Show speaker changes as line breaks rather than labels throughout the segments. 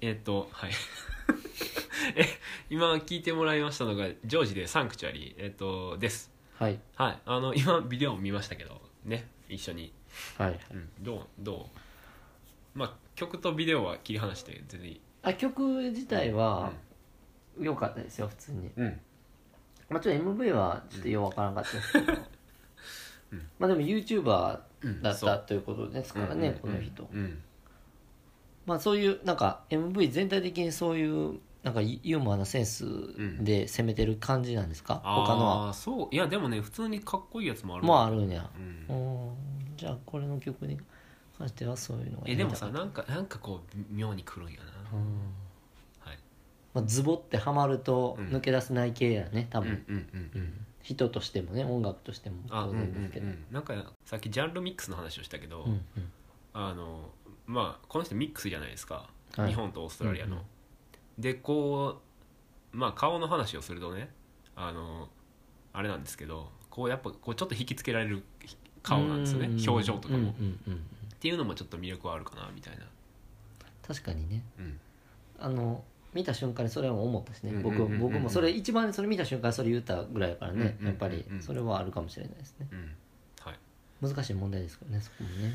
えーっとはい え今聞いてもらいましたのがジョージでサンクチュアリー、えーっとです
はい
はいあの今ビデオも見ましたけどね一緒に、
はい
うん、どうどうまあ曲とビデオは切り離して全然いい
あ曲自体は良かったですよ普通に
うん、うん
まあちょっと MV はちょっとようわからなかったですけど、
うん
まあでも YouTuber
うん、
だっ
そう
たということですからね、この人、
うん
まあそういうなんか MV 全体的にそういうなんかユーモアなセンスで攻めてる感じなんですか、他の
あ
は
あーそういやでもね普通にかっこいいやつもある
もうあるんや
うん
うんじゃあこれの曲に関してはそういうのが
えでもさ
な
なんかなんかこう妙にくるんやな、はい
まあ、ズボってハマると
うん
抜け出せない系やね多分、
うんうんうんうん
人としてもね音楽としても
あ
当
うんうんう
然ですけど
んなんかさっきジャンルミックスの話をしたけど、
うんうん
あのまあこの人ミックスじゃないですか、
はい
日本とオーストラリアの、
うん
でこうまあ顔の話をするとねあのあれなんですけどこうやっぱこうちょっと引きつけられる顔なんですよね
う
表情とかも、
うんう
っ
んうん
ていうのもちょっと魅力はあるかなみたいな
確かにね
うん
あの見た瞬間にそれは思ったしね、
うん
僕
うんうんうん
僕もそれ一番それ見た瞬間にそれ言ったぐらいだからね、
うんうんうんうん
やっぱりそれはあるかもしれないですね
うんはい
難しい問題ですからねそこもね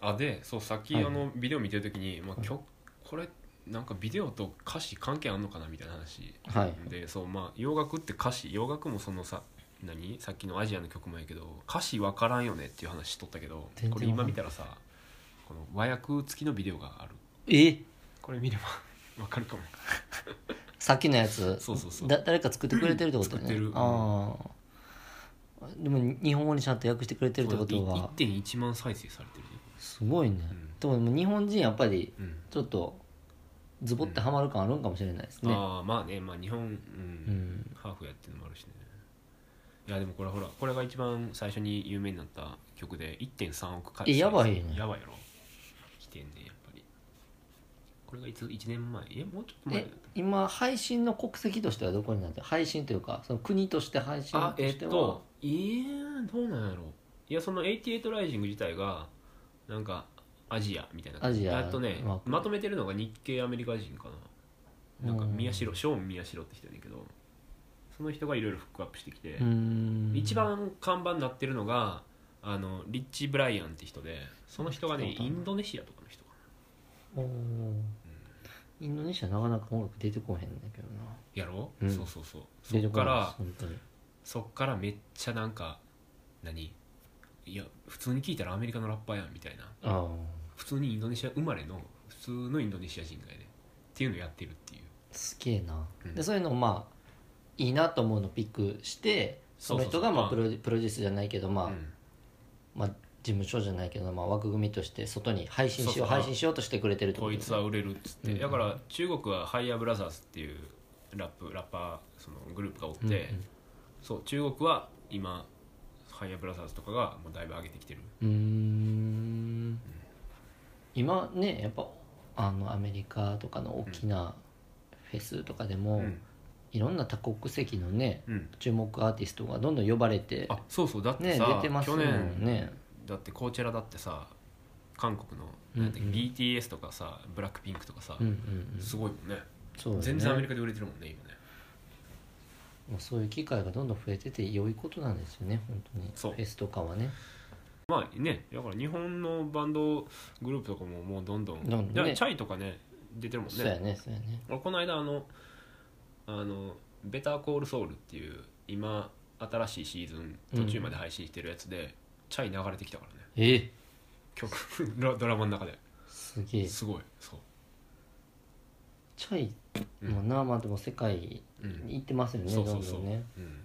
あでそうさっきあ
はい
のビデオ見てる時に、まあ
は、い
曲これなんかビデオと歌詞関係あんのかなみたいな話
はい
でそうまあ洋楽って歌詞洋楽もそのさ何さっきのアジアの曲もやけど歌詞わからんよねっていう話しとったけど
全然
これ
わか
今
んな
見
い
たらさこの和訳付きのビデオがある
え
これ見れば わかるかも
さっきのやつ
そうそうそう
だ誰か作ってくれてるってことね
作ってるうん
ああでも日本語にちゃんと訳してくれてるってこと
い
は
1.1万再生されてるね
すごいね、
ん
でもでも日本人やっぱり
うん
ちょっとズボってハマる感あるんかもしれないですね、
ああまあねまあ日本、うん
うん
ハーフやってるのもあるしねいやでもこれほらこれが一番最初に有名になった曲で1.3億回
えやばいね
やばいやろ来てんねやっぱりこれがいつ1年前いやもうちょっと前だ
え今配信の国籍としてはどこになってる配信というかその国として配信
あ
と
えっ
しては
といやどうなんやろいやその88ライジング自体がなんかアジアみたいな感じ
アジア
えっとね
まあ
まとめてるのが日系アメリカ人かななんか
うん
宮代ショーン宮代って人やねんけどその人がいろいろフックアップしてきて、
うーん
一番看板になってるのがあのリッチ・ブライアンって人でその人がね
聞いたことあ
イ
る
ンドネシアとかの人かな
おーインドネシアなかなか音楽出てこへんねんだけどな
やろ、
うん
そうそうそう
出
そ
て
っ
こ
か
ない
ら
本当に
そっからめっちゃなんか何いや普通に聞いたらアメリカのラッパーやんみたいな
あ
普通にインドネシア生まれの普通のインドネシア人がやねっていうのをやってるっていう
ーすげえな、
うん
でそういうのをまあいいなと思うのをピックしてその人がまあプロデュプロデュースじゃないけど、まあ
うん
まあ、事務所じゃないけど、まあ、枠組みとして外に配信し
そうそ
よ
う
う配信しようとしてくれてるって
こい
で
つ
すね
は売れるっつって、
うん
だから中国はハイヤーブラザーズっていうラップラッパーそのグループがおって、
うん
そう中国は今ハイヤーブラザーズとかがもうだいぶ上げてきてる
うんうーん今ねやっぱあのアメリカとかの大きなフェスとかでも、
うん
いろんな多国籍のね
うん
注目アーティストがどんどん呼ばれて
あそうそうだって
ね
さ、
出てます
去
もん
年
ね
だってコーチェラだってさ韓国の
うん
なんだっけ
うん
BTS とかさブラックピンクとかさ、
うんうんうん
すごいもんね
そうだね
全然アメリカで売れてるもんね今ね
もうそういう機会がどんどん増えてて良いことなんですよね本当に
そう
フェスとかはね
まあねだから日本のバンドグループとかももうどんどん
どんどんね
だからチャイとかね出てるもん
そうや
ね
ねそうやね
俺この間あのあの「ベターコールソウル」っていう今新しいシーズン途中まで配信してるやつで、チャイ流れてきたからね
ええ
曲ドラマの中です
げえ
すごいそう
チャイ
うん
もな、まあでも世界に
うん
行ってますよね、
そう
ど
そ
ん
うそ
ど
うん
ね
うん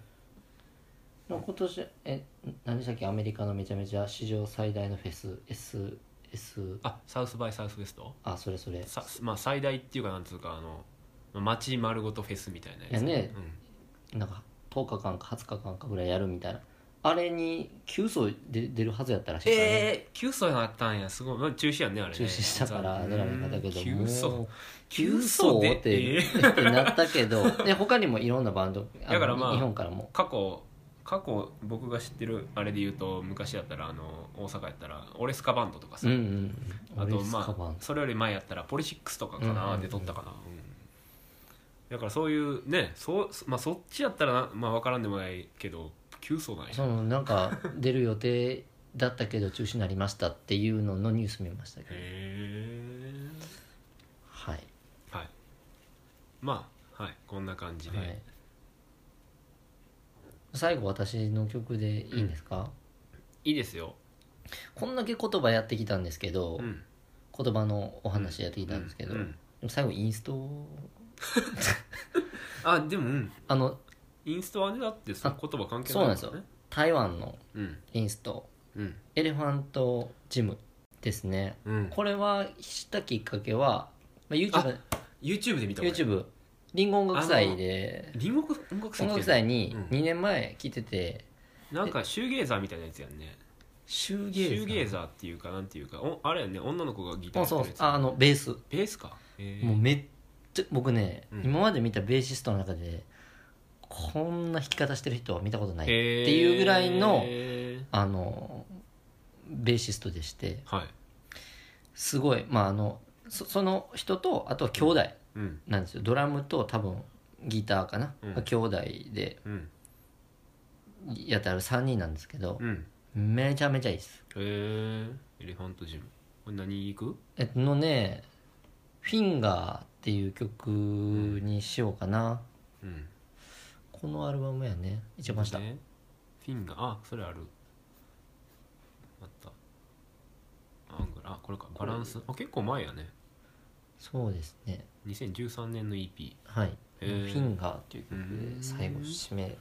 でも今年え何でしたっけアメリカのめちゃめちゃ史上最大のフェス SS
あサウスバイサウスウェスト
あそれそれ
さまあ最大っていうかなんつうかあの街丸ごとフェスみたいなやつ
いやね
うん
なんか10日間か20日間かぐらいやるみたいなあれに9層で出るはずやったらしいからね、
ええー、9層になったんやすごい、まあ、中止やんねあれね
中止したから出られなかったけど
9層
も9層
で
って
えー
ってなったけどで他にもいろんなバンドあの
だからまあ
日本からも
過去過去僕が知ってるあれで言うと昔やったらあの大阪やったらオレスカバンドとかさ、
うんうん
あ
俺
と
スカバ
ま
ン
あそれより前やったらポリシックスとかか
うんうんう
なんで撮ったかな、うんだからそういうねそう、まあ、そっちやったらな、まあ、分からんでもないけど急そうなんや
そのなんか出る予定だったけど中止になりましたっていうののニュース見ましたけど
へ
はい、
え はいまあはいこんな感じで、
はい、最後私の曲でいいんですか、
いいですよ、
こんだけ言葉やってきたんですけど、
うん、
言葉のお話やってきたんですけど、
ううん
最後インスト
あでも、うん、
あの
インストはねだってその言葉関係
そう
な
なん
い
ですよ
ね
台湾の
うん
インスト
うん
エレファントジムですね
うん
これは知ったきっかけは、まあ、YouTube,
YouTube で見た俺
YouTube リンゴ音楽祭で
隣国音楽祭
音
って
楽祭に
うん
2年前来てて、
なんかシューゲーザーみたいなやつやんね
シュー
シ
ゲーザー
ューゲーザーっていうかなんていうかおあれやんね女の子がギター
あ
やってる
そう
やつ
ああのベース、
ベースかえー
もうめっちゃ僕ね、
うん
今まで見たベーシストの中でこんな弾き方してる人は見たことない、
へー
っていうぐらいのあのベーシストでして
はい
すごいまああのそその人とあとは兄弟
うん
なんですよドラムと多分ギターかな、
うん
兄弟で
うん
やってある3人なんですけど
う、ん
めちゃめちゃいいです
へえエレファントジムこれ何行く
えっとのね「フィンガー」っていう曲にしようかな、
うん
このアルバムやね一番下、
ねフィンガーあそれあるあったアングラあこれかバランスあ結構前やね
そうですね
2013年の EP
はい「
へ
フ
ー
ィンガー」という曲
うん
で最後締め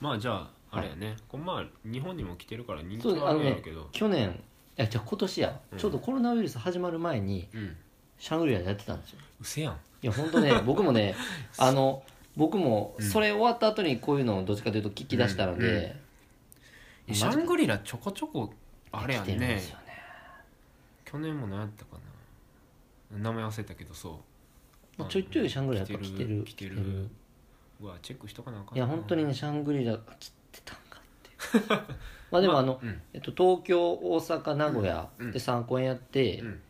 まあじゃああれやね、これまあ日本にも来てるから人気
そう
は
あ
あ
の
るんや
ね
ろうけど
去年いやじゃあ今年や、
うん
ちょうどコロナウイルス始まる前に
うん
シャングリラでやってたんですよ
うせやん
いや本当ね 僕もねあの僕もそれ終わった後にこういうのをどっちかというと聞き出したの
うんうん
で、マジ
シ
か
ャングリラちょこちょこあれや
来てるんで
ね
すよね
去年も何やったかな名前忘れたけどそう
まあちょいちょいシャングリラやっぱ来
来
て
て
る
る来てるうわチェックしとかなあかんない
や本当にねシャングリラが来てたんかっていう まあでもあの、
うん
えっと、東京大阪名古屋
うんうん
で3公演やって、
うん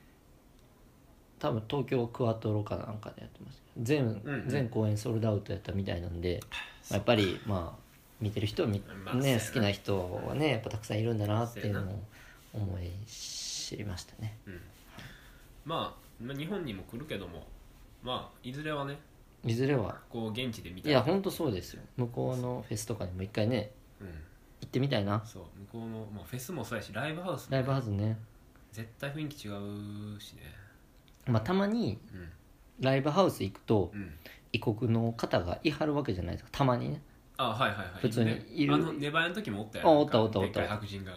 多分東京クワトロかなんかでやってました全,、
うん
全公演ソールドアウトやったみたいなんで、まあやっぱりまあ見てる人はみ、
まあそうや
ね
な
好きな人はねやっぱたくさんいるんだなっていうのを思い知りましたね
うんまあまあ日本にも来るけどもまあいずれはね
いずれは
こう現地で見た
いや本当そうですよ向こうのフェスとかにも一回ね
うん
行ってみたいな
そう向こうの、まあ、フェスもそうやしライブハウスも
ライブハウスね、
絶対雰囲気違うしね
まあ、たまに
うん
ライブハウス行くと
うん
異国の方がいはるわけじゃないですかたまにね
あはいはいはい
普通に
ね
いる
あのネバヤの時もおったやん
あおったおったおった
でかい白人が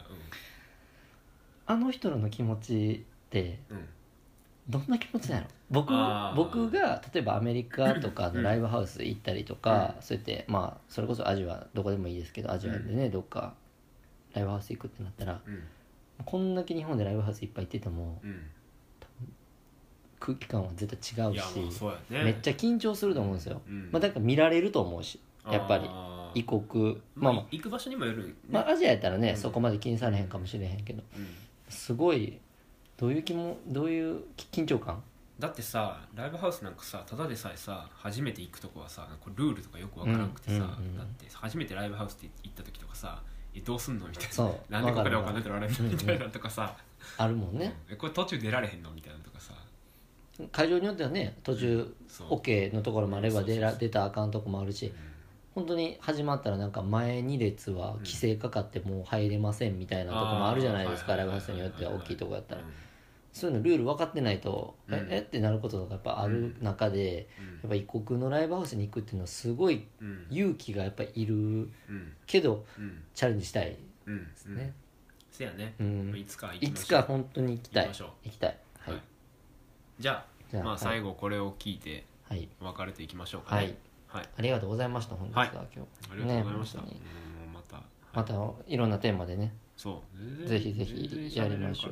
あの人らの気持ちって
うんうん
どんな気持ちなの僕
あー
僕が例えばアメリカとかのライブハウス行ったりとか、そうやってまあそれこそアジアどこでもいいですけどアジアでね、どっかライブハウス行くってなったら
うん
こんだけ日本でライブハウスいっぱい行ってても
う
空気感は絶対違
ん
う
いや
し
もうそうやね
めっちゃ緊張すると思うんですよ、
うん
まあ、だから見られると思うしやっぱり
あー
異国
ま
まあ
あ、
まあ、
行く場所にもよる、ね
まあ、アジアやったらね、
うん
そこまで気にされへんかもしれへんけど
うん
すごいどういう気もどういう緊張感
だってさライブハウスなんかさただでさえさ初めて行くとこはさこれルールとかよくわからなくてさ、
うんうんうん
だって初めてライブハウスって行った時とかさえどうすんのみたい
そう
ななんでここでお
わか
金
る
取られる
うんう
の
ん
みたいなとかさ、
あるもんね
うんえこれ途中出られへんのみたいなのとかさ
会場によってはね途中
そう
OK のところもあれば
そうそう
出
そう
ら出たらあかんとこもある
うん
し本当に始まったらなんか前2列は規制かかってもう入れませんみたいなとこもあるじゃないですか
あー
ライブハウスによっては
はいはいはい
大
はい
きいとこやったら
うん
そういうのルール分かってないと
うん
ええってなることとかやっぱある中でやっぱ異国のライブハウスに行くっていうのはすごい
うんうん
勇気がやっぱいる
うん
けど
うん
チャレンジしたい
うん
ですね
せやね
う、
い
ん
つか行
い
きま
つ
しょう
か本当に行きたい
行きましょう
行きたいは
はいいじゃ
じ
あ
ゃあ
ま
は
あ
い
最後これを聞いて
はい
別れていきましょうかね
はい
はい
ありがとうございました本日
は
はい今日
ありがとうございました、
ね
うんもうまた、
またいろんなテーマでね
そう
ぜひぜひ
全然喋れるからね
やりましょう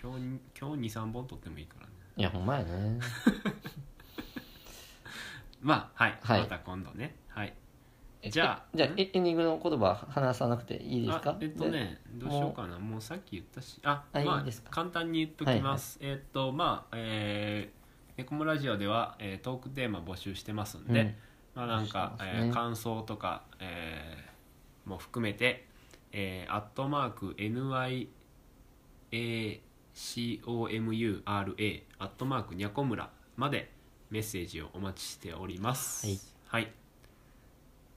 今日に今日23本撮ってもいいからね
いやほんまやね
まあはい、
はい
また今度ねはい
え
じゃあ
えじゃあ
ん
えエンディングの言葉話さなくていいですか
あえっとねどうしようかなもうさっき言ったしあ
あ
まあ
いいですか
簡単に言っときます、えっとまあえー、エコムラジオでは、えートークテーマ募集してますん
で
で、
うん
まあなんか、
そうですね
えー感想とか、えーも含めて「えー、アットマーク NYACOMURA」「アットマークにゃこむら」までメッセージをお待ちしております
はい、
はい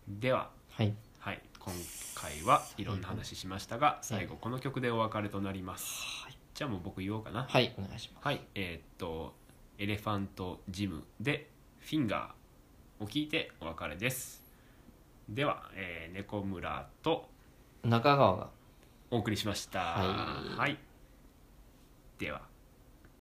では、
はい
はい、今回はいろんな話しましたが最後この曲でお別れとなります、
はい
じゃあもう僕言おうかな
はいお願いします
はい、えーっと「エレファントジム」で「フィンガー」を聞いてお別れですでは、えー、猫村と
中川が
お送りしました
はい
はい、では